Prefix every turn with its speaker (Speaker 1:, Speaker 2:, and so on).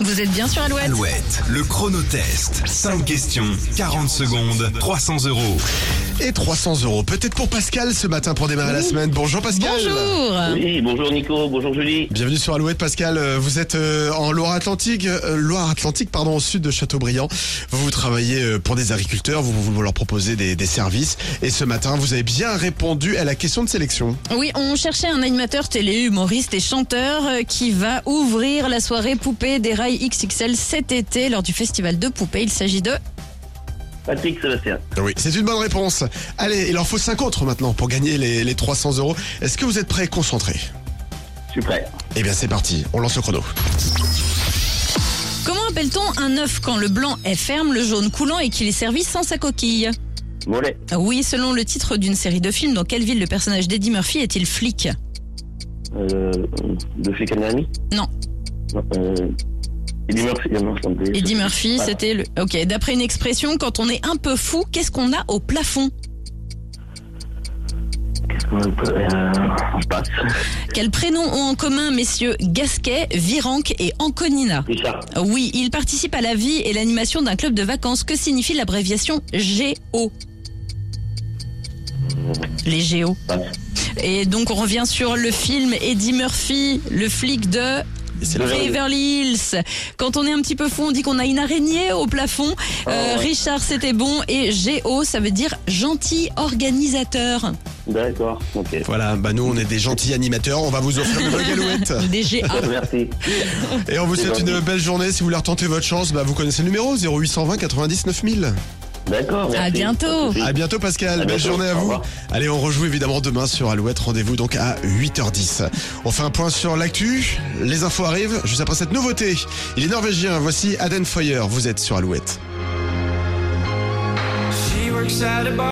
Speaker 1: Vous êtes bien sur Alouette
Speaker 2: Alouette, le chronotest. 5 questions, 40 secondes, 300 euros.
Speaker 3: Et 300 euros, peut-être pour Pascal ce matin pour démarrer la semaine. Bonjour Pascal
Speaker 1: Bonjour
Speaker 4: Oui, bonjour Nico, bonjour Julie.
Speaker 3: Bienvenue sur Alouette Pascal, Euh, vous êtes euh, en Loire-Atlantique, euh, Loire-Atlantique pardon, au sud de Châteaubriand. Vous, vous travaillez euh, pour des agriculteurs, vous, vous leur proposez des, des services et ce matin vous avez bien répondu à la question de sélection.
Speaker 1: Oui, on cherchait un animateur télé, humoriste et chanteur euh, qui va ouvrir la soirée poupée des rails XXL cet été lors du festival de poupées. Il s'agit de...
Speaker 4: Patrick Sébastien.
Speaker 3: Oui, c'est une bonne réponse. Allez, il en faut 5 autres maintenant pour gagner les, les 300 euros. Est-ce que vous êtes prêts et concentrés
Speaker 4: Je suis prêt.
Speaker 3: Eh bien c'est parti, on lance le chrono.
Speaker 1: Comment appelle-t-on un œuf quand le blanc est ferme, le jaune coulant et qu'il est servi sans sa coquille Ah
Speaker 4: Mollet.
Speaker 1: Oui, selon le titre d'une série de films, dans quelle ville le personnage d'Eddie Murphy est-il flic
Speaker 4: Euh, de flic à Miami
Speaker 1: Non.
Speaker 4: Non, Euh, Eddie Murphy. euh, non, attendez, je-
Speaker 1: Eddie Murphy,
Speaker 4: Voilà.
Speaker 1: c'était le... Ok, d'après une expression, quand on est un peu fou, qu'est-ce qu'on a au plafond
Speaker 4: Qu'est-ce qu'on peut. Euh, je passe.
Speaker 1: Quels prénoms ont en commun messieurs Gasquet, Viranque et Anconina
Speaker 4: Richard.
Speaker 1: Oui, ils participent à la vie et l'animation d'un club de vacances. Que signifie l'abréviation GO Les GO.
Speaker 4: Passe.
Speaker 1: Et donc on revient sur le film Eddie Murphy, le flic de... Beverly Hills. Quand on est un petit peu fou, on dit qu'on a une araignée au plafond. Euh,
Speaker 4: Ah ouais.
Speaker 1: Richard, c'était bon. Et GO, ça veut dire gentil organisateur.
Speaker 4: D'accord, ok.
Speaker 3: Voilà, bah nous on est des gentils animateurs, on va vous offrir une bague Alouette.
Speaker 1: Des GA.
Speaker 4: Merci.
Speaker 3: Et on vous
Speaker 4: C'est
Speaker 3: souhaite
Speaker 4: gentil.
Speaker 3: une belle journée. Si vous voulez retenter votre chance, bah vous connaissez le numéro 0820 99 000.
Speaker 4: D'accord, merci.
Speaker 1: bientôt.
Speaker 4: Pas de soucis.
Speaker 3: À bientôt Pascal,
Speaker 4: À
Speaker 3: belle
Speaker 4: bientôt.
Speaker 3: journée à
Speaker 4: Au
Speaker 3: vous.
Speaker 4: revoir.
Speaker 3: Allez, on rejoue évidemment demain sur Alouette. Rendez-vous donc à 8h10. On fait un point sur l'actu. Les infos arrivent juste après cette nouveauté. Il est norvégien. Voici Aden Foyer. Vous êtes sur Alouette.
Speaker 5: She works at a bar.